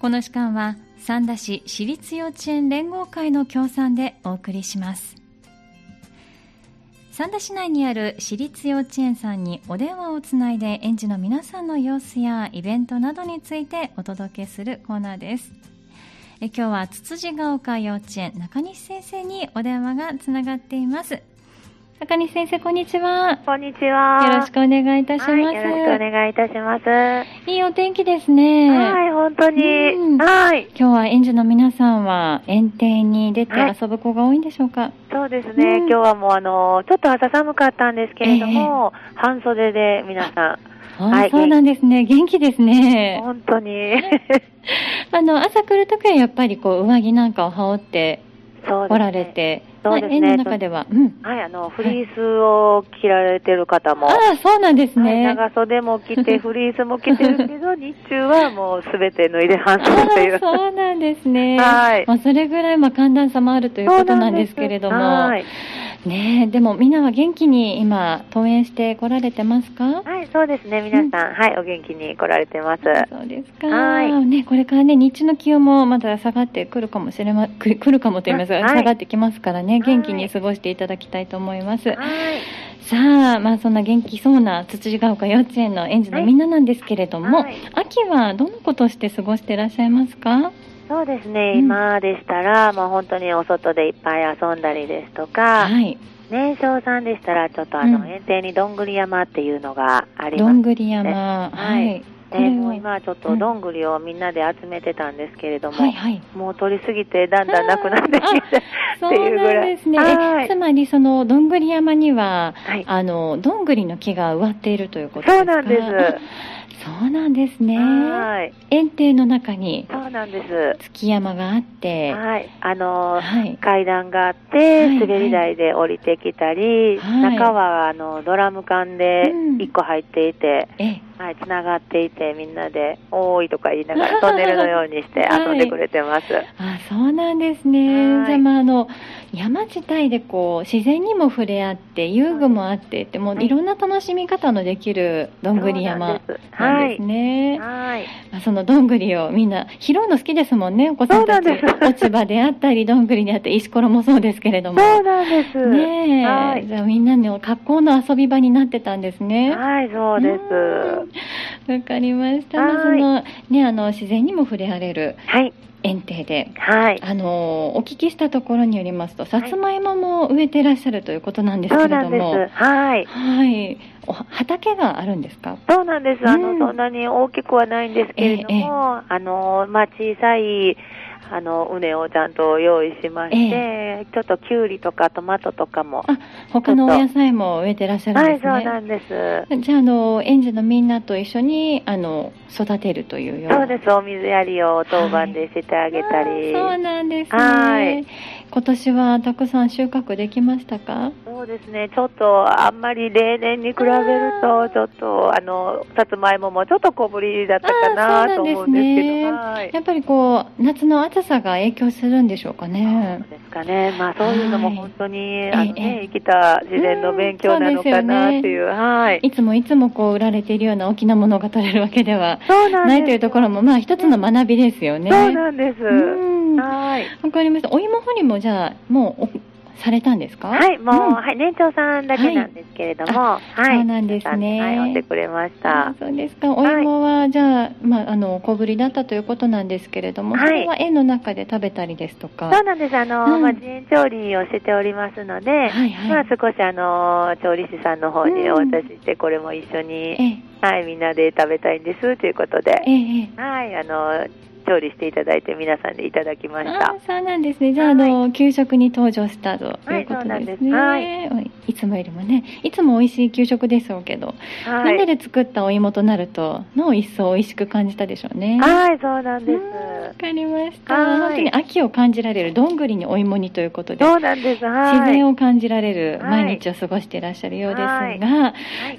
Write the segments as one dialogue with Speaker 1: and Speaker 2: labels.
Speaker 1: この時間は三田市私立幼稚園連合会の協賛でお送りします三田市内にある私立幼稚園さんにお電話をつないで園児の皆さんの様子やイベントなどについてお届けするコーナーですえ今日はつつじが丘幼稚園中西先生にお電話がつながっています中西先生こんにちは
Speaker 2: こんにちは。
Speaker 1: よろしくお願いいたします、
Speaker 2: はい、よろしくお願いいたします。
Speaker 1: いいお天気ですね
Speaker 2: はい、本当に
Speaker 1: うん。
Speaker 2: はい。
Speaker 1: 今日は園児の皆さんは園庭に出て
Speaker 2: はい
Speaker 1: 遊ぶ子が多いんでしょうか、
Speaker 2: そうですね、
Speaker 1: うん
Speaker 2: 今日はもうあの、ちょっと朝寒かったんですけれども、半袖で皆さ
Speaker 1: あ
Speaker 2: は
Speaker 1: あ
Speaker 2: い
Speaker 1: そうなんですね元気です
Speaker 2: ん、
Speaker 1: ね
Speaker 2: 本当に。
Speaker 1: あの朝来るときはやっぱりこう上着なんかを羽織って
Speaker 2: そうですね
Speaker 1: おられ。て、
Speaker 2: そうですね
Speaker 1: 園の中では、うん、
Speaker 2: はい、あの、フリースを着られてる方も。
Speaker 1: ああそうなんです
Speaker 2: はい
Speaker 1: ね、
Speaker 2: 長袖も着 て、フリースも着てるけど、日中はもうすべて脱いで半
Speaker 1: あ
Speaker 2: 袖とい
Speaker 1: あ
Speaker 2: う。
Speaker 1: そうなんですね、
Speaker 2: はい
Speaker 1: まあ、それぐらいまあ寒暖差もあるということなんですけれども、
Speaker 2: はい。
Speaker 1: ねえでもみんなは元気に今登園して来られてますか
Speaker 2: はい、そうですね、皆さん、はい、お元気に来られてます。
Speaker 1: そうですか、
Speaker 2: はい
Speaker 1: ね、これからね日中の気温もまだ下がってくるかもしれまく来るかもと言いますが、
Speaker 2: はい
Speaker 1: 下がってきますからね
Speaker 2: い
Speaker 1: 元気に過ごしていただきたいと思います、
Speaker 2: はい。
Speaker 1: さあまあそんな元気そうなつつじが丘幼稚園の園児のみんななんですけれども、
Speaker 2: はい
Speaker 1: 秋はどんなことをして過ごしていらっしゃいますか
Speaker 2: そうですね、
Speaker 1: うん
Speaker 2: 今でしたら、まあ、本当にお外でいっぱい遊んだりですとか、
Speaker 1: はい
Speaker 2: 年少さんでしたら、ちょっとあの、
Speaker 1: うん
Speaker 2: 園庭にどんぐり山っていうのがあり
Speaker 1: ど
Speaker 2: ま
Speaker 1: ん
Speaker 2: し
Speaker 1: ぐり山は、
Speaker 2: はいい
Speaker 1: こ
Speaker 2: て、
Speaker 1: れ
Speaker 2: も
Speaker 1: は
Speaker 2: う今はちょっ
Speaker 1: う
Speaker 2: と
Speaker 1: ん
Speaker 2: どんぐりをみんなで集めてたんですけれども、
Speaker 1: はいはい
Speaker 2: もう取りすぎてだんだんなくなってきて、
Speaker 1: そ
Speaker 2: っていううぐ
Speaker 1: なん
Speaker 2: らい
Speaker 1: ですね、
Speaker 2: は
Speaker 1: え
Speaker 2: い
Speaker 1: つまりそのどんぐり山には
Speaker 2: はい、
Speaker 1: あのどんぐりの木が植わっているということですか
Speaker 2: そうなんです。
Speaker 1: そうなんですね。
Speaker 2: はい、
Speaker 1: 園庭の中に
Speaker 2: そうなんです。
Speaker 1: 月山があって、
Speaker 2: はい、あの
Speaker 1: はい。
Speaker 2: 階段があ
Speaker 1: は
Speaker 2: って
Speaker 1: い、
Speaker 2: 滑り台で降りてきたり、
Speaker 1: はい
Speaker 2: 中はあのドラム缶で1個入っていて、
Speaker 1: え、
Speaker 2: はい、つながっていて、みんなで、おーいとか言い ながら、トンネルのようにして
Speaker 1: はい
Speaker 2: 遊んでくれてます。
Speaker 1: あ、そうなんですね
Speaker 2: は。い
Speaker 1: じゃあまああの山自体でこう自然にも触れ合って遊具もあってってもう
Speaker 2: はい
Speaker 1: いろんな楽しみ方のできるどんぐり山
Speaker 2: そうな
Speaker 1: なん
Speaker 2: ん
Speaker 1: で
Speaker 2: ですす。
Speaker 1: ね。
Speaker 2: はい。はい。
Speaker 1: まあそのどんぐりをみんな拾うの好きですもんね。お子さんたち
Speaker 2: そうなんです
Speaker 1: 落ち葉であったりどんぐりであったり石ころもそうですけれども。
Speaker 2: そうなんです。
Speaker 1: ねえ、
Speaker 2: はい
Speaker 1: じゃあみんなの格好の遊び場になってたんですね。
Speaker 2: はい、そうです。
Speaker 1: わかりました。まあそ
Speaker 2: はい
Speaker 1: のねあの自然にも触れられる
Speaker 2: はい。
Speaker 1: 園庭で。
Speaker 2: はい。
Speaker 1: あのお聞きしたところによりますとさ
Speaker 2: い
Speaker 1: つまいもも植えていらっしゃるということなんですけ
Speaker 2: そ
Speaker 1: れ
Speaker 2: うな
Speaker 1: ど
Speaker 2: んで
Speaker 1: も、
Speaker 2: す。はい。
Speaker 1: はいお畑があるんですか
Speaker 2: そうなんです。あの、
Speaker 1: うん
Speaker 2: そんなに大きくはないんですけれど
Speaker 1: ええええ
Speaker 2: も、あの、まあ、小さい、あの、畝をちゃんと用意しまして、ちょっとキュウリとかトマトとかも。
Speaker 1: 他のお野菜も植えていらっしゃるん
Speaker 2: はい、
Speaker 1: ですね、
Speaker 2: そうなんです。
Speaker 1: じゃああの園児のみんなと一緒にあの育てるというような
Speaker 2: そうです。お水やりを当番でしてあげたり。
Speaker 1: あーそうなんですね。
Speaker 2: はい
Speaker 1: 今年はたくさん収穫できましたか？
Speaker 2: そうですね、ちょっとあんまり例年に比べると、ちょっとあのさつまいももちょっと小ぶりだったか
Speaker 1: あー
Speaker 2: な
Speaker 1: そ
Speaker 2: と
Speaker 1: うなんですね
Speaker 2: 思うんですけど、はい
Speaker 1: やっぱりこう夏の暑さが影響するんでしょうか
Speaker 2: そ
Speaker 1: ね
Speaker 2: う。ですかね、まあ、そういうのも
Speaker 1: はい
Speaker 2: 本当に、
Speaker 1: え
Speaker 2: あのね、生きた自然の勉強なのかなっていう、はい、
Speaker 1: いつもいつもこう売られているような大きなものが取れるわけでは
Speaker 2: そうなん
Speaker 1: な
Speaker 2: です
Speaker 1: いというところもまあ一つの学びですよね。
Speaker 2: そうなんです、
Speaker 1: うんわ
Speaker 2: はい、
Speaker 1: かりました。お芋掘りもじゃあもうおされたんですか？
Speaker 2: はい、もう、
Speaker 1: ん
Speaker 2: はい、年長さんだけなんですけれども、はい、
Speaker 1: そうなんですね
Speaker 2: はい、追ってくれました。
Speaker 1: そうですか。お芋はじゃあ、まああの小ぶりだったということなんですけれども、
Speaker 2: はい
Speaker 1: それは園の中で食べたりですとか。
Speaker 2: そうなんです。あの、
Speaker 1: うん
Speaker 2: まあ、自然調理をしておりますので、
Speaker 1: はいはい
Speaker 2: まあ、少しあの、調理師さんの方に
Speaker 1: うん
Speaker 2: お渡しして、これも一緒に、
Speaker 1: ええ
Speaker 2: はい、みんなで食べたいんです、ということで、
Speaker 1: ええええ。
Speaker 2: はい、あの、調理していただいて、皆さんでいただきました
Speaker 1: あ。ーそうなんですね。じゃあ、あの給食に登場したということ
Speaker 2: はい
Speaker 1: です
Speaker 2: そう
Speaker 1: ね。
Speaker 2: なん
Speaker 1: い、つもよりもね、いつも美味しい給食でしょうけど、
Speaker 2: は
Speaker 1: みん
Speaker 2: い。
Speaker 1: なで作ったお芋となると、の一層美味しく感じたでしょうね。わ
Speaker 2: はい、そうなんです。
Speaker 1: かりました。
Speaker 2: はい
Speaker 1: 本当に秋を感じられるどんぐりにお芋にということで。
Speaker 2: そうなんです。はい。
Speaker 1: 自然を感じられる
Speaker 2: はい
Speaker 1: 毎日を過ごしていらっしゃるようですが、
Speaker 2: はいは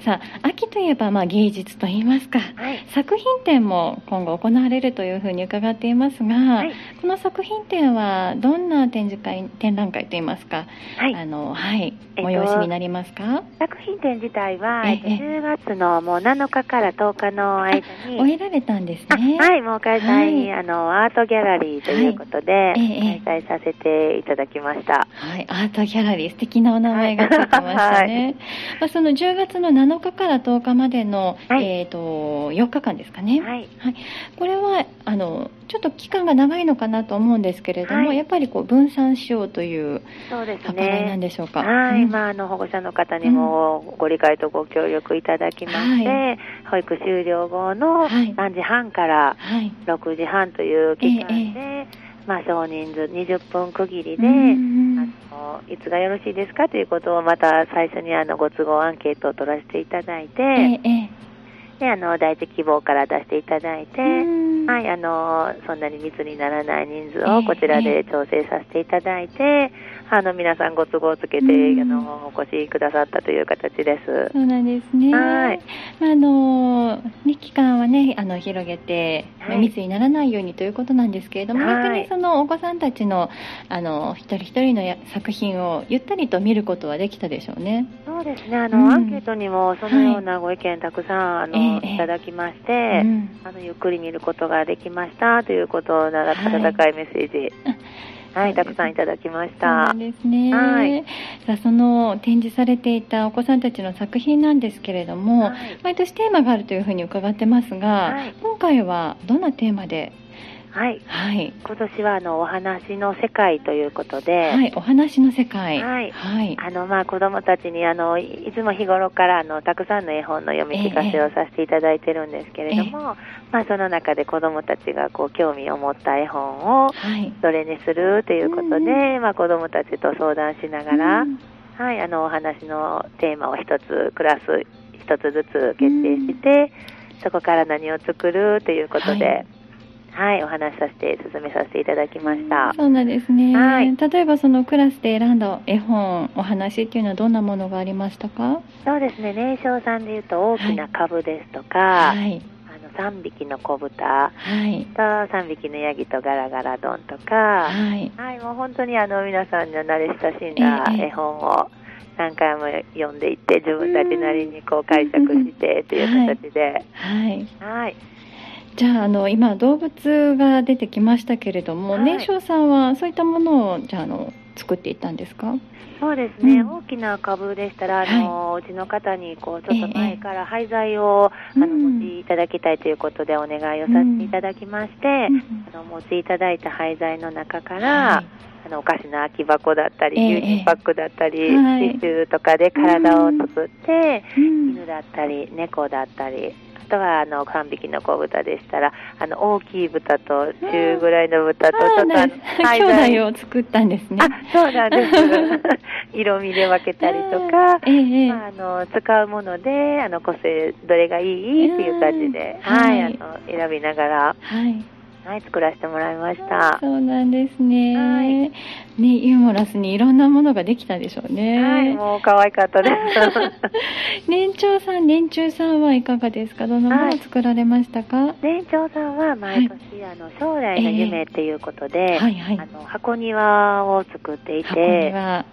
Speaker 2: い
Speaker 1: さあ秋といえばまあ芸術といいますか
Speaker 2: はい。
Speaker 1: 作品展も今後行われるというふうに伺っていますが、
Speaker 2: はい。
Speaker 1: この作品展はどんな展示会展覧会といいますか、
Speaker 2: はい
Speaker 1: あのはい、
Speaker 2: えっと
Speaker 1: 催しになりますか
Speaker 2: 作品展自体は、
Speaker 1: ええ
Speaker 2: えっと10月のもう7日から10日の間に、
Speaker 1: 終えられたんですね。
Speaker 2: あはい、もう開催に、
Speaker 1: は
Speaker 2: あの、アートギャラリーということで、
Speaker 1: いええ
Speaker 2: 開催させていただきました。
Speaker 1: はい、アートギャラリー、素敵なお名前がついてましたね。 まあ、その10月の7日から10日までの、
Speaker 2: はい
Speaker 1: えっ、と、4日間ですかね。
Speaker 2: はい。
Speaker 1: これは、あの、ちょっと期間が長いのかなと思うんですけれども、
Speaker 2: はい
Speaker 1: やっぱりこう、分散しようという
Speaker 2: そうです
Speaker 1: 計らいなん
Speaker 2: ね。
Speaker 1: でしょうか。
Speaker 2: はい、
Speaker 1: うん
Speaker 2: まあ、あの保護者の方にもご理解とご協力いただきまして、
Speaker 1: は
Speaker 2: 保育終了後の
Speaker 1: はい
Speaker 2: 3時半から
Speaker 1: はい。
Speaker 2: 6時半という期間で、
Speaker 1: え
Speaker 2: まあ、少人数20分区切りで、
Speaker 1: うんうん
Speaker 2: あのいつがよろしいですかということをまた最初にあのご都合アンケートを取らせていただいて、
Speaker 1: ええ、
Speaker 2: であの第一希望から出していただいて、
Speaker 1: ええうん
Speaker 2: はい、あのそんなに密にならない人数
Speaker 1: ええ
Speaker 2: をこちら
Speaker 1: え
Speaker 2: で
Speaker 1: え
Speaker 2: 調整させていただいて、あの皆さんご都合をつけて、
Speaker 1: うん
Speaker 2: あのお越しくださったという形です。
Speaker 1: そうなんですね。
Speaker 2: はい
Speaker 1: まああのね期間はねあの広げて、まあ
Speaker 2: はい
Speaker 1: 密にならないようにということなんですけれども、
Speaker 2: はい
Speaker 1: 逆にそのお子さんたちのあの一人一人のや作品をゆったりと見ることはできたでしょうね。
Speaker 2: そうですね、あ
Speaker 1: う
Speaker 2: の、
Speaker 1: ん
Speaker 2: アンケートにもそのようなご意見たくさん、あの、
Speaker 1: ええ
Speaker 2: いただきまして、
Speaker 1: うん
Speaker 2: あのゆっくり見ることができましたということをな
Speaker 1: はい
Speaker 2: 温かいメッセージ、
Speaker 1: あ
Speaker 2: はい
Speaker 1: そうですね
Speaker 2: たくさんいただきまし
Speaker 1: そうな
Speaker 2: た
Speaker 1: ん。ですね、
Speaker 2: はい
Speaker 1: さあその展示されていたお子さんたちの作品なんですけれども、
Speaker 2: はい
Speaker 1: 毎年テーマがあるというふうに伺ってますが、
Speaker 2: はい
Speaker 1: 今回はどんなテーマで、
Speaker 2: はい、
Speaker 1: はい
Speaker 2: 今年はあのお話の世界ということで、
Speaker 1: はい、お話の世界、
Speaker 2: はい
Speaker 1: はい
Speaker 2: あのまあ子どもたちにあのいいつも日頃からあのたくさんの絵本の読み聞かせをさせていただいてるんですけれども、まあ、その中で子どもたちがこう興味を持った絵本を
Speaker 1: はい、
Speaker 2: どれにするということで、
Speaker 1: うん
Speaker 2: まあ、子どもたちと相談しながら、
Speaker 1: うん
Speaker 2: はい、あのお話のテーマを一つクラス一つずつ決定して、そこから何を作るということで、はい、お話しさせて進めさせていただきました。
Speaker 1: そうなんですね、
Speaker 2: はい
Speaker 1: 例えばそのクラスで選んだ絵本お話っていうのはどんなものがありましたか
Speaker 2: そうですね、年少さんでいうと大きな株ですとか、
Speaker 1: はい
Speaker 2: あの3匹の子豚
Speaker 1: はい
Speaker 2: と3匹のヤギとガラガラドンとか、
Speaker 1: はい
Speaker 2: はい、もう本当にあの皆さんの慣れ親しんだ
Speaker 1: ええええ
Speaker 2: 絵本を何回も読んでいって自分たちなりにこう解釈してという形で、
Speaker 1: はい
Speaker 2: はい、
Speaker 1: じゃああの今動物が出てきましたけれども、
Speaker 2: はい
Speaker 1: 年少さんはそういったものをじゃああの作っていったんですか
Speaker 2: そうですね、
Speaker 1: うん
Speaker 2: 大きな株でしたらあの、うちの方にこうちょっと
Speaker 1: ええ
Speaker 2: 前から廃材を、あ
Speaker 1: う
Speaker 2: の
Speaker 1: ん
Speaker 2: お持ちいただきたいということでお願いをさせていただきまして、
Speaker 1: うん
Speaker 2: あのお持ちいただいた廃材の中から、
Speaker 1: は
Speaker 2: あのお菓子の空き箱だったり、
Speaker 1: ええ
Speaker 2: 牛乳パックだったり、テ
Speaker 1: はい
Speaker 2: ィッシュとかで体を作って、
Speaker 1: いうん
Speaker 2: 犬だったり猫だったりあとはあの3匹の子豚でしたらあの大きい豚と中ぐらいの豚とち
Speaker 1: あ
Speaker 2: ょ
Speaker 1: ー
Speaker 2: っと
Speaker 1: な
Speaker 2: あ
Speaker 1: ん
Speaker 2: の
Speaker 1: か兄弟を作ったんですね
Speaker 2: あそうな んです色味で分けたりとか
Speaker 1: あ、ーええええ
Speaker 2: まあ、あの使うものであの個性どれがいいっていう感じで、
Speaker 1: うん
Speaker 2: はい
Speaker 1: はい
Speaker 2: あの選びながら、
Speaker 1: はい
Speaker 2: はい、作らせてもらいました。
Speaker 1: そうなんですね。
Speaker 2: は
Speaker 1: ね、ユーモラスにいろんなものができたでしょうね。
Speaker 2: はい、もう可愛かったです。
Speaker 1: 年長さん、年中さんはいかがですかどのものを作られましたか、は
Speaker 2: 年長さんは毎年、あの将来の夢っていうことで、
Speaker 1: い、はいはい
Speaker 2: あの箱庭を作ってい
Speaker 1: 箱に
Speaker 2: て、
Speaker 1: は、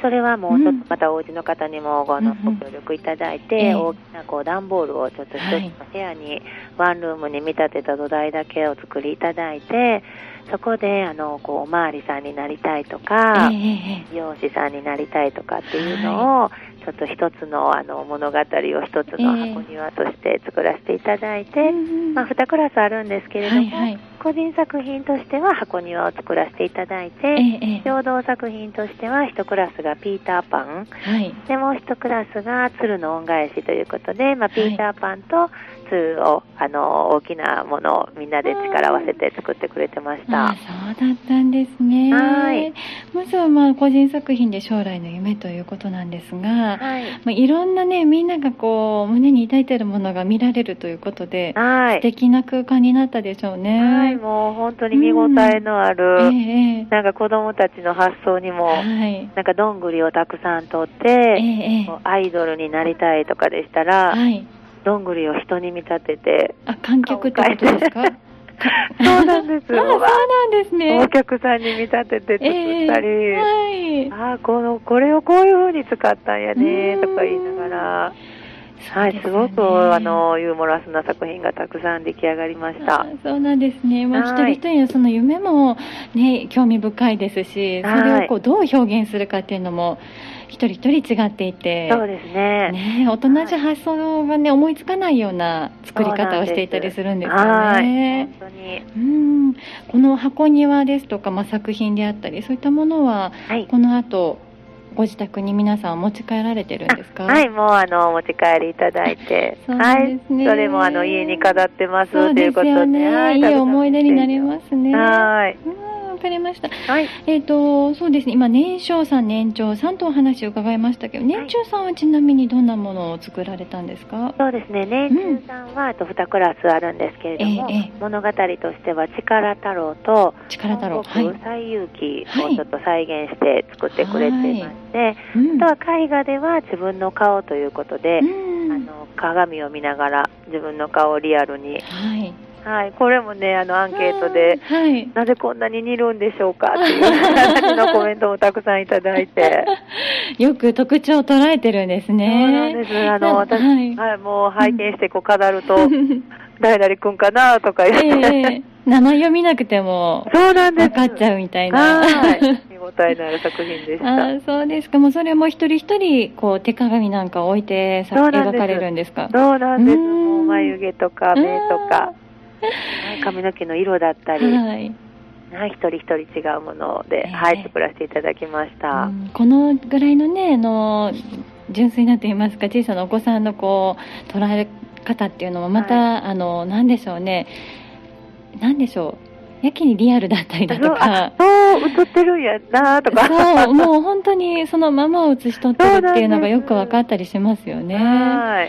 Speaker 2: それはもうちょっ
Speaker 1: うん
Speaker 2: とまたお家の方にもご,、
Speaker 1: うんう
Speaker 2: ご
Speaker 1: ん
Speaker 2: 協力いただい
Speaker 1: え
Speaker 2: て、
Speaker 1: え
Speaker 2: 大きなこう段ボールをちょっと一つ
Speaker 1: はい
Speaker 2: の部屋に、ワンルームに見立てた土台だけお作りいただいて、そこであのこうおまわりさんになりたいとか、
Speaker 1: えええ
Speaker 2: 美容師さんになりたいとかっていうのを、ちょっと一つのあの物語を一つの箱庭として作らせていただいて、
Speaker 1: えうん
Speaker 2: まあ、2クラスあるんですけれど
Speaker 1: は
Speaker 2: も、
Speaker 1: いはい
Speaker 2: 個人作品としては箱庭を作らせていただい
Speaker 1: え
Speaker 2: て、
Speaker 1: えええ
Speaker 2: 共同作品としては1クラスがピーターパン、
Speaker 1: はい、
Speaker 2: でもう1クラスが鶴の恩返しということで、ま
Speaker 1: は
Speaker 2: あ、
Speaker 1: い
Speaker 2: ピーターパンと鶴を、あの大きなものをみんなで力を合わせて作ってくれてまし
Speaker 1: あ
Speaker 2: た。
Speaker 1: ーそうだったんですね。
Speaker 2: はい
Speaker 1: まずはまあ個人作品で将来の夢ということなんですが、
Speaker 2: はい、
Speaker 1: まあ、いろんなねみんながこう胸に抱いているものが見られるということで、
Speaker 2: は
Speaker 1: 素
Speaker 2: い
Speaker 1: 敵な空間になったでしょうね。
Speaker 2: はい、もう本当に見応えのある、
Speaker 1: ええ
Speaker 2: なんか子供たちの発想にも、
Speaker 1: はい。
Speaker 2: なんかどんぐりをたくさん取っ
Speaker 1: え
Speaker 2: て、
Speaker 1: えええ
Speaker 2: こうアイドルになりたいとかでしたら、
Speaker 1: はい。
Speaker 2: どんぐりを人に見立てて、
Speaker 1: あ、観客ってことですか
Speaker 2: 顔を変えて そうなんで す
Speaker 1: あそう
Speaker 2: よ。
Speaker 1: なんですね。
Speaker 2: お客さんに見立てて作ったり、
Speaker 1: ええはい。
Speaker 2: ああこのこれをこういう風に使ったんやねとか言いながら、はいす,、ごくあのユーモラスな作品がたくさん出来上がりました
Speaker 1: あ。そうなんですね、まあ、一
Speaker 2: は
Speaker 1: 人
Speaker 2: い
Speaker 1: 一人のその夢も、ね、興味深いですし、そ
Speaker 2: はい
Speaker 1: れをこうどう表現するかっていうのも、一人一人違っていて、
Speaker 2: そうですね。
Speaker 1: ね、大人じゃ発想が、ね、思いつかないような作り方をしていたりするんです
Speaker 2: そう
Speaker 1: よ
Speaker 2: なんです
Speaker 1: ね。
Speaker 2: 本当に
Speaker 1: うんこの箱庭ですとか、まあ、作品であったり、そういったものは、
Speaker 2: はい。
Speaker 1: この後ご自宅に皆さんお持ち帰られてるんですか、
Speaker 2: あはい、もうあのお持ち帰りいただいて、
Speaker 1: そう
Speaker 2: は
Speaker 1: なん
Speaker 2: い
Speaker 1: です、
Speaker 2: そ
Speaker 1: ね
Speaker 2: れもあの家に飾ってますと
Speaker 1: そう
Speaker 2: い
Speaker 1: で
Speaker 2: う
Speaker 1: す
Speaker 2: こと
Speaker 1: よ
Speaker 2: で、
Speaker 1: ね、、
Speaker 2: はいい、
Speaker 1: い思い出になり
Speaker 2: ま
Speaker 1: ますね。
Speaker 2: はい、
Speaker 1: うんわかりました。
Speaker 2: はい、
Speaker 1: えー、とそうですね今、年少さん、年長さんとお話を伺いましたけど、年中さんはちなみにどんなものを作られたんですか、
Speaker 2: そうですね。年中さんはあと2クラスあるんですけれども、
Speaker 1: えええ
Speaker 2: 物語としては力太郎と
Speaker 1: 力太郎、は
Speaker 2: 韓
Speaker 1: い
Speaker 2: 国西遊記をちょっと再現して作ってくれていまして、
Speaker 1: うん
Speaker 2: あとは絵画では自分の顔ということで、
Speaker 1: うん
Speaker 2: あの鏡を見ながら自分の顔をリアルに、
Speaker 1: はい、
Speaker 2: はい、これもねあのアンケートで
Speaker 1: あーはい、
Speaker 2: なぜこんなに似るんでしょうかっていう話のコメントもたくさんいただいて、
Speaker 1: よく特徴を捉えてるんです
Speaker 2: そうなん
Speaker 1: ね。
Speaker 2: ですあの私、
Speaker 1: は
Speaker 2: はいいもう拝見してこう飾ると誰々くんかなとか言っ て、
Speaker 1: ええ名前読みなくても
Speaker 2: そうなんです
Speaker 1: 分かっちゃうみたいな。
Speaker 2: はい見応えのある作品でし
Speaker 1: あ
Speaker 2: た
Speaker 1: ーそうですか、もうそれも一人一人こう手鏡なんかを置いてさ
Speaker 2: そうなん
Speaker 1: 描
Speaker 2: です
Speaker 1: かれるんですか。
Speaker 2: そうなんです
Speaker 1: うーん
Speaker 2: もう眉毛とか目とかはい髪の毛の色だったり、
Speaker 1: はい、
Speaker 2: はい、一人一人違うもの
Speaker 1: え
Speaker 2: で、
Speaker 1: え
Speaker 2: はい、作らせていただきました
Speaker 1: う。んこのぐらいのねあの純粋なと言いますか小さなお子さんのこう捉え方っていうのもまた、あのなんでしょうねなんでしょうやけにリアルだったりだ
Speaker 2: そ
Speaker 1: と
Speaker 2: うあ
Speaker 1: か。
Speaker 2: そう映ってるんやなとか。
Speaker 1: そうもう本当にそのままを写し取ってるっていうのがよく分かったりしますよね
Speaker 2: はい。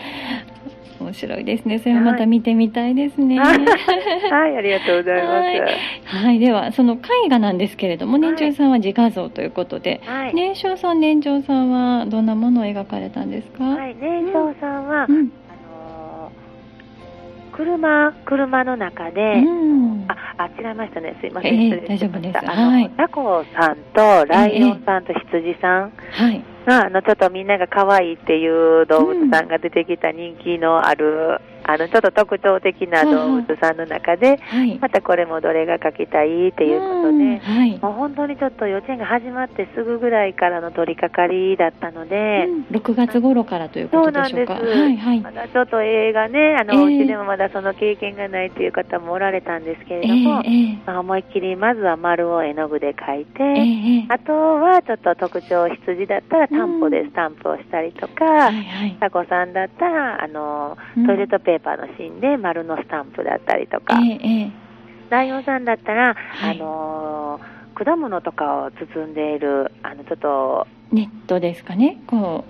Speaker 1: 面白いですねそれはまた見てみたいですねは
Speaker 2: はいい、はい、ありがとうござい
Speaker 1: ではその絵画なんですけれども
Speaker 2: はい
Speaker 1: 年中さんは自画像ということで、
Speaker 2: ます。はい。
Speaker 1: 年少さん年長さんはどんなものを描かれたんですか、
Speaker 2: はい、年少さんは、あ
Speaker 1: うん
Speaker 2: のー車、車の中で、
Speaker 1: うん
Speaker 2: あ、あ、違いましたね。すいませ
Speaker 1: ええ
Speaker 2: ん。失礼しまし
Speaker 1: 大丈
Speaker 2: た
Speaker 1: 夫です
Speaker 2: あの
Speaker 1: はい
Speaker 2: タコさんとライオンさんと羊さん
Speaker 1: はい、
Speaker 2: が、あの、ちょっとみんなが可愛いっていう動物さんが出てきた人気のある、あの、ちょっと特徴的な動物さんの中で、
Speaker 1: はい。
Speaker 2: またこれもどれが描きたいっていうことで、
Speaker 1: んはい。
Speaker 2: もう本当にちょっと幼稚園が始まってすぐぐらいからの取り掛かりだったので、
Speaker 1: うん6月頃からということ
Speaker 2: そう
Speaker 1: で
Speaker 2: なん
Speaker 1: しょ
Speaker 2: で
Speaker 1: う
Speaker 2: す、
Speaker 1: か。はい、はい
Speaker 2: ま。だちょっと映画ね、あの、
Speaker 1: ええ
Speaker 2: お家でもまだその経験がないという方もおられたんですけ
Speaker 1: え
Speaker 2: れども、
Speaker 1: え
Speaker 2: まあ、思いっきりまずは丸を絵の具で描いて、
Speaker 1: ええええ
Speaker 2: あとはちょっと特徴羊だったらタンポでスタンプをしたりとか、
Speaker 1: はい、はい。
Speaker 2: タコさんだったらあの
Speaker 1: うん
Speaker 2: トイレットペーパーの芯で丸のスタンプだったりとか、
Speaker 1: ええええ
Speaker 2: ライオンさんだったら、
Speaker 1: はい
Speaker 2: あのー果物とかを包んでいるあのちょっと
Speaker 1: ネットですかね。こ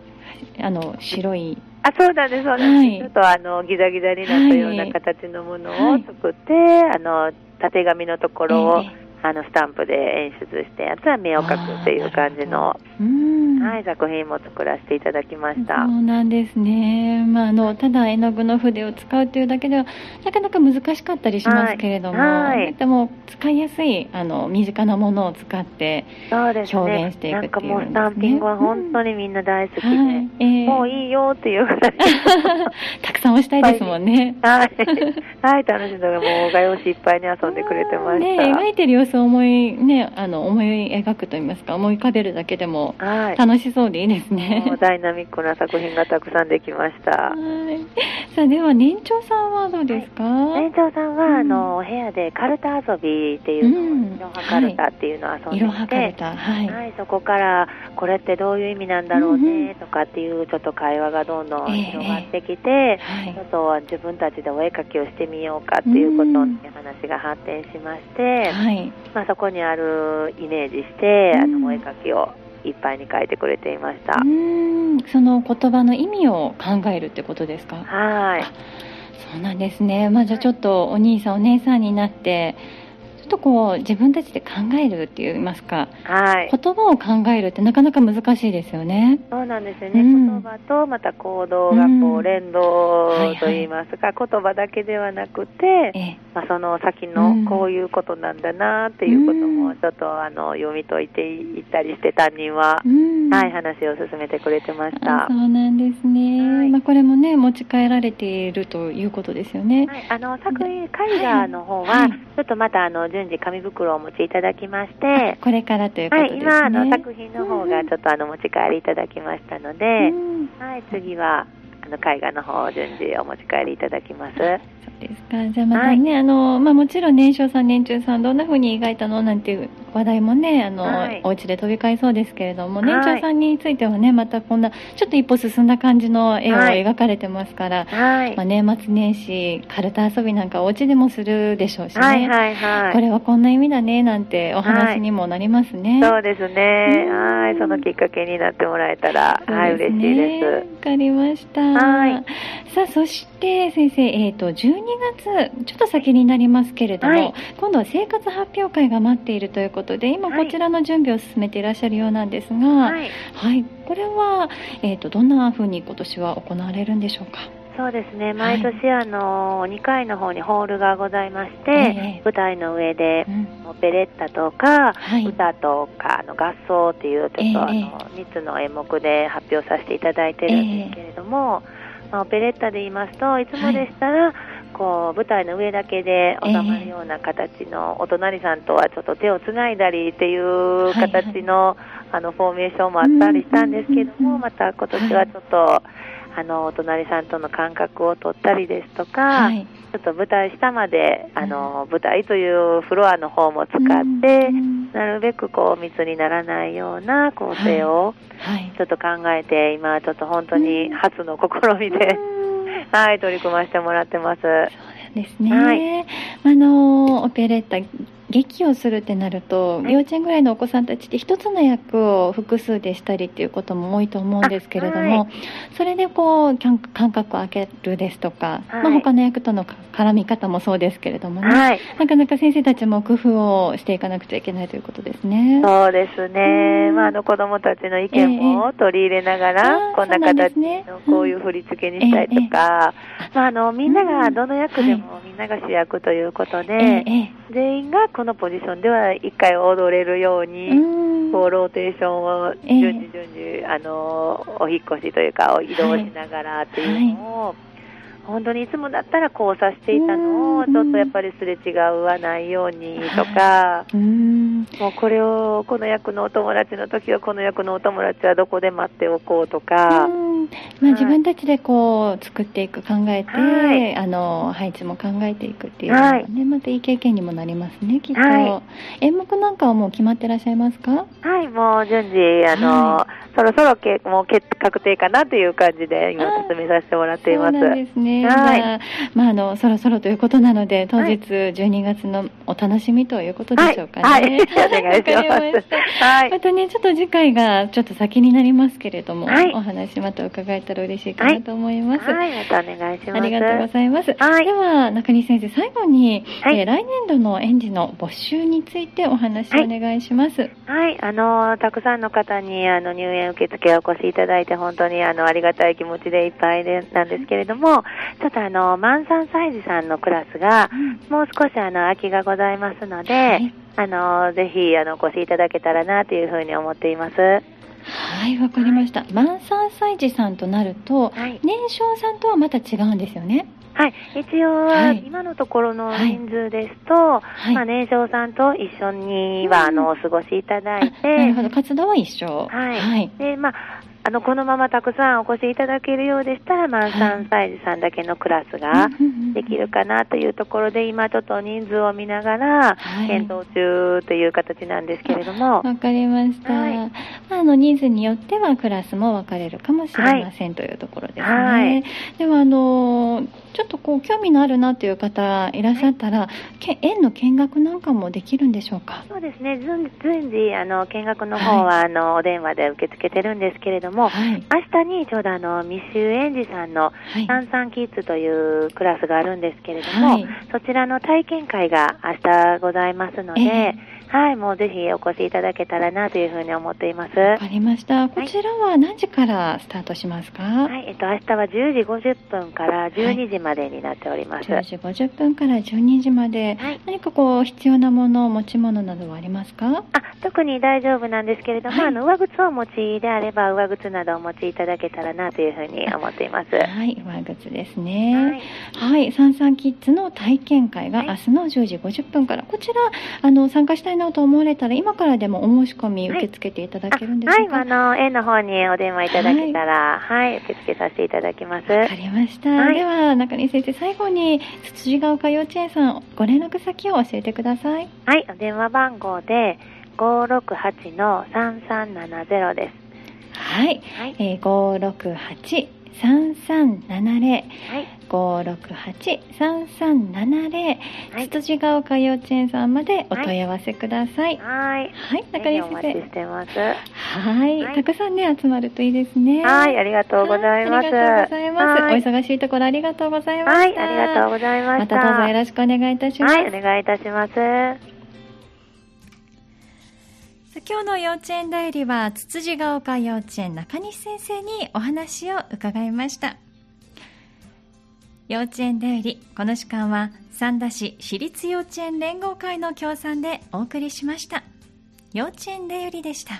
Speaker 1: う、あの、白い。
Speaker 2: あそうなんですそうなんです、
Speaker 1: はい
Speaker 2: ちょっとあのギザギザになったよう
Speaker 1: は
Speaker 2: ない形のもの
Speaker 1: は
Speaker 2: を
Speaker 1: い
Speaker 2: 作って、あの縦紙のところを、
Speaker 1: えええ
Speaker 2: あのスタンプで演出してあとは目を描くっていう感じの、
Speaker 1: えうん。
Speaker 2: はい、作品も作らせていただきまし
Speaker 1: そ
Speaker 2: た。
Speaker 1: うなんですね、まあ、あのただ絵の具の筆を使うというだけではなかなか難しかったりしますけれども、
Speaker 2: はいはい
Speaker 1: でも使いやすいあの身近なものを使って
Speaker 2: そうですね。
Speaker 1: 表現していく
Speaker 2: なんかもう
Speaker 1: っていう
Speaker 2: ス
Speaker 1: の
Speaker 2: タ
Speaker 1: ですね
Speaker 2: ンピングは本当にみんな大好きで、
Speaker 1: はいええ
Speaker 2: もういいよっていうぐらい、
Speaker 1: たくさん押したいですもんね。
Speaker 2: はい、はい、楽しんだがもう画用紙いっぱいに遊んでくれてまし
Speaker 1: ね、
Speaker 2: た。
Speaker 1: 描いてる様子を思い,、ね、あの思い描くといいますか思い浮かべるだけでも
Speaker 2: はい。
Speaker 1: 楽しそうでいいですね
Speaker 2: もう。ダイナミックな作品がたくさんできました。
Speaker 1: はいさあでは年長さんはどうですか、
Speaker 2: 園長さんは、
Speaker 1: うん
Speaker 2: あのお部屋でカルタ遊びっていうのを、
Speaker 1: うん
Speaker 2: いろはカルタっていうのを遊んでいて、
Speaker 1: 色はかれた、はい
Speaker 2: はい、そこからこれってどういう意味なんだろう
Speaker 1: うんうん
Speaker 2: ねとかっていうちょっと会話がどんどん広がってきて、
Speaker 1: はい
Speaker 2: ちょっと自分たちでお絵描きをしてみようかっていうこと
Speaker 1: うん
Speaker 2: で話が発展しまして、
Speaker 1: はい
Speaker 2: まあ、そこにあるイメージして、あ
Speaker 1: うん
Speaker 2: のお絵描きをいっぱいに描いてくれていました。
Speaker 1: うーんその言葉の意味を考えるってことですか
Speaker 2: はい
Speaker 1: そうなんですね、まあ、じゃあちょっとお兄さんお姉さんになってっとこう自分たちで考えるって言いますか、
Speaker 2: はい、
Speaker 1: 言葉を考えるってなかなか難しいですよね。
Speaker 2: そうなんですよね、
Speaker 1: うん
Speaker 2: 言葉とまた行動
Speaker 1: う
Speaker 2: がこうん連動といいますか、言葉だけではなくて、
Speaker 1: ええ
Speaker 2: まあ、その先
Speaker 1: うん
Speaker 2: のこういうことなんだなっていうこと
Speaker 1: う
Speaker 2: も
Speaker 1: ん
Speaker 2: ちょっとあの読み解いていったりして担任は、
Speaker 1: うん
Speaker 2: はい、話を進めてくれてまし
Speaker 1: あ
Speaker 2: た
Speaker 1: そ。うなんですね、
Speaker 2: はい
Speaker 1: まあ、これもね持ち帰られているということですよね。
Speaker 2: はい、あの作品絵画の方
Speaker 1: は
Speaker 2: は、
Speaker 1: い
Speaker 2: ちょっとまたあの順次紙袋をお持ちいただきまして、
Speaker 1: これからということ
Speaker 2: は
Speaker 1: です
Speaker 2: い、
Speaker 1: ね。
Speaker 2: 今あの作品の方
Speaker 1: う
Speaker 2: が
Speaker 1: ん
Speaker 2: ちょっとあの持ち帰りいただきましたので、
Speaker 1: うん
Speaker 2: はい、次はあの絵画の方を順次お持ち帰りいただきます。
Speaker 1: そうですか。じゃあまたね、あのまあもちろん年少さん年中さんどんな風に描いたのなんていう話題もね、あの、
Speaker 2: はい
Speaker 1: お家で飛び交いそうですけれども、
Speaker 2: はい
Speaker 1: 年長さんについてはね、またこんなちょっと一歩進んだ感じの絵を
Speaker 2: はい
Speaker 1: 描かれてますから、
Speaker 2: はい
Speaker 1: まあ、、年末年始カルタ遊びなんかお家でもするでしょうしね。
Speaker 2: はい、はい、はい。
Speaker 1: これはこんな意味だねなんてお話にもなりますね。
Speaker 2: そうですね。
Speaker 1: うん
Speaker 2: はい、そのきっかけになってもらえたら、
Speaker 1: そう
Speaker 2: はい、
Speaker 1: です
Speaker 2: 嬉
Speaker 1: ね
Speaker 2: しいです。
Speaker 1: わかりました。
Speaker 2: はい
Speaker 1: さあ、そして先生、えっ、と、12月、ちょっと先になりますけれども、
Speaker 2: はい
Speaker 1: 今度は生活発表会が待っているということで、今
Speaker 2: は
Speaker 1: こ
Speaker 2: い
Speaker 1: ちらの準備を進めていらっしゃるようなんですが、はい、
Speaker 2: はい、
Speaker 1: これは、えっ、と、どんな風に今年は行われるんでしょうか。
Speaker 2: そうですね。毎年、あの、2階の方にホールがございまして、
Speaker 1: ええ
Speaker 2: 舞台の上で
Speaker 1: う、ん
Speaker 2: オペレッタとか、
Speaker 1: はい。
Speaker 2: 歌とかあの合奏というちょっとあ
Speaker 1: ええ
Speaker 2: の3つの演目で発表させていただいてるんですけれども、まあ、オペレッタで言いますといつもでしたら、こう舞台の上だけで収まるような形のお隣さんとはちょっと手をつないだりっていう形のあのフォーメーションもあったりしたんです
Speaker 1: う
Speaker 2: けど
Speaker 1: んうんうんう
Speaker 2: も
Speaker 1: ん
Speaker 2: また今年はちょっとあのお隣さんとの間隔を取ったりですとか、
Speaker 1: はい。
Speaker 2: ちょっと舞台下まであの舞台というフロアの方も使って。
Speaker 1: うん
Speaker 2: なるべくこう密にならないような構成を
Speaker 1: はい。
Speaker 2: ちょっと考えて、今ちょっと本当
Speaker 1: う
Speaker 2: に
Speaker 1: ん
Speaker 2: 初の試みで、はい、取り組ませてもらってます。
Speaker 1: ですね、
Speaker 2: は
Speaker 1: あのオペレッタ劇をするってなると
Speaker 2: はい
Speaker 1: 幼稚園ぐらいのお子さんたちって一つの役を複数でしたりっていうことも多いと思うんですけれども、
Speaker 2: あは
Speaker 1: それでこう間間隔を空けるですとか、
Speaker 2: はい
Speaker 1: まあ、他の役との絡み方もそうですけれどもね、
Speaker 2: はい、
Speaker 1: なかなか先生たちも工夫をしていかなくちゃいけないということですね。
Speaker 2: そうですね
Speaker 1: う。ん
Speaker 2: まあ、あの子供たちの意見も取り入れながら、
Speaker 1: あー
Speaker 2: こんな
Speaker 1: そうなんで
Speaker 2: 形
Speaker 1: すね
Speaker 2: のこういう振り付けにしたりとか、まあ、あの、みんな
Speaker 1: う
Speaker 2: が
Speaker 1: ん
Speaker 2: どの役でもみんなが主役ということ
Speaker 1: ええ
Speaker 2: で、
Speaker 1: え
Speaker 2: 全員がこのポジションでは一回踊れるよう
Speaker 1: え
Speaker 2: に、
Speaker 1: うん
Speaker 2: こうローテーションを
Speaker 1: ええ
Speaker 2: 順次順次、あのお引っ越しというか移動しながらっていうのを、本当にいつもだったら交差していたの
Speaker 1: う
Speaker 2: を
Speaker 1: ん
Speaker 2: ちょっとやっぱりすれ違わないように とか、
Speaker 1: うん
Speaker 2: もうこれをこの役のお友達の時はこの役のお友達はどこで待っておこうとか、
Speaker 1: うんまあ、
Speaker 2: い
Speaker 1: 自分たちでこう作っていく考えて、
Speaker 2: はい
Speaker 1: あの配置も考えていくっていうのがね、またいい経験にもなりますねきっと、
Speaker 2: は
Speaker 1: 演目なんかはもう決まってらっしゃいますか
Speaker 2: はいもう順次あの、
Speaker 1: は
Speaker 2: そろそろけもう決確定かなという感じで今進めさせてもらっています。
Speaker 1: そうなんですね、
Speaker 2: はい
Speaker 1: まあまあ、あのそろそろということなので当
Speaker 2: は
Speaker 1: 日
Speaker 2: い
Speaker 1: 12月のお楽しみということでしょうかね、
Speaker 2: はい、はい、お願いし
Speaker 1: わかりま
Speaker 2: ま
Speaker 1: し
Speaker 2: す
Speaker 1: た。
Speaker 2: はい
Speaker 1: またね、ちょっと次回がちょっと先になりますけれども、
Speaker 2: はい
Speaker 1: お話また伺えたら嬉しいかなと思います。
Speaker 2: はい、またお願いします。
Speaker 1: ありがとうございます。
Speaker 2: はい
Speaker 1: では、中西先生、最後に、
Speaker 2: はい
Speaker 1: えー来年度の園児の募集についてお話をお願いします。はい、
Speaker 2: はい、あのたくさんの方にあの入園受付をお越しいただいて本当にあのありがたい気持ちでいっぱいでなんですけれども、ちょっとあの満三歳児さんのクラスがもう少しあの空きがございますので、
Speaker 1: はい
Speaker 2: あのぜひあのお越しいただけたらなというふうに思っています。
Speaker 1: はい、わかりました。満3歳児さんとなると、
Speaker 2: はい、
Speaker 1: 年少さんとはまた違うんですよね。
Speaker 2: はい、一応
Speaker 1: はい
Speaker 2: 今のところの
Speaker 1: はい
Speaker 2: 人数ですと、
Speaker 1: はい。
Speaker 2: まあ年少さんと一緒にはあのお過ごしいただいて。
Speaker 1: なるほど、活動は一緒。
Speaker 2: はい
Speaker 1: はい。
Speaker 2: で、まあ、あの、このままたくさんお越しいただけるようでしたら、満3歳児さんだけのクラスが
Speaker 1: うんうんうん
Speaker 2: できるかなというところで、今ちょっと人数を見ながら、
Speaker 1: はい
Speaker 2: 検討中という形なんですけれども、
Speaker 1: わかりました。
Speaker 2: はい
Speaker 1: まああのニーズによってはクラスも分かれるかもしれません、というところですね。
Speaker 2: はい
Speaker 1: ではあのちょっとこう興味のあるなという方いらっしゃったら、け園の見学なんかもできるんでしょうか。
Speaker 2: そうですね、順順次、あの、見学の方は、あの、お電話で受け付けてるんですけれども、
Speaker 1: はい。
Speaker 2: 明日にちょうどあの未就園児さん
Speaker 1: は
Speaker 2: の
Speaker 1: い。
Speaker 2: サンサンキッズというクラスがあるんですけれども、
Speaker 1: はい
Speaker 2: そちらの体験会が明日ございますので、
Speaker 1: え
Speaker 2: はい、もうぜひお越しいただけたらなというふうに思っています。
Speaker 1: わかりました。こちらは何時からスタートしますか、
Speaker 2: はい、えっと、明日は10時50分から12時までになっております。
Speaker 1: 10時50分から12時まで、
Speaker 2: はい
Speaker 1: 何かこう必要なもの持ち物などはありますか
Speaker 2: あ特に大丈夫なんですけれども、
Speaker 1: はい
Speaker 2: あの上靴をお持ちであれば上靴などをお持ちいただけたらなというふうに思っています。
Speaker 1: はい上靴です
Speaker 2: は
Speaker 1: ね
Speaker 2: い
Speaker 1: はい、サンサンキッズの体験会が
Speaker 2: はい
Speaker 1: 明日の10時50分から、こちらあの参加したいなと思われたら今からでもお申し込み
Speaker 2: はい
Speaker 1: 受け付けていただ
Speaker 2: あ
Speaker 1: けるんでしょうか、
Speaker 2: はい、あの、園の方にお電話いただけたら、はい、受け付けさせていただきます。
Speaker 1: わかりました、
Speaker 2: はい
Speaker 1: では中西先生最後につつじが丘幼稚園さんご連絡先を教えてください
Speaker 2: はい、お電話番号で568の3370で
Speaker 1: はい、
Speaker 2: す。はい、
Speaker 1: えー、568 3370
Speaker 2: はい、
Speaker 1: 568-3370
Speaker 2: はい、
Speaker 1: つつじが丘幼稚園さんまでお問い合わせください。
Speaker 2: はい、
Speaker 1: はい、中
Speaker 2: ぜひ
Speaker 1: 西
Speaker 2: お待ち
Speaker 1: 先
Speaker 2: してます。
Speaker 1: 生。はい、
Speaker 2: はい
Speaker 1: たくさんね集まるといいですね。
Speaker 2: はい、ありがとうございま
Speaker 1: はあ
Speaker 2: す。
Speaker 1: りがとうございます。
Speaker 2: はい
Speaker 1: お忙しいところありがとうございま
Speaker 2: は
Speaker 1: し
Speaker 2: い、
Speaker 1: た。
Speaker 2: ありがとうございま
Speaker 1: ま
Speaker 2: した。
Speaker 1: たどうぞよろしくお願いいたします。
Speaker 2: はい、お願いいたします。
Speaker 1: さあ今日の幼稚園だよりはつつじが丘幼稚園中西先生にお話を伺いました幼稚園だよりこの時間は三田市私立幼稚園連合会の協賛でお送りしました幼稚園だよりでした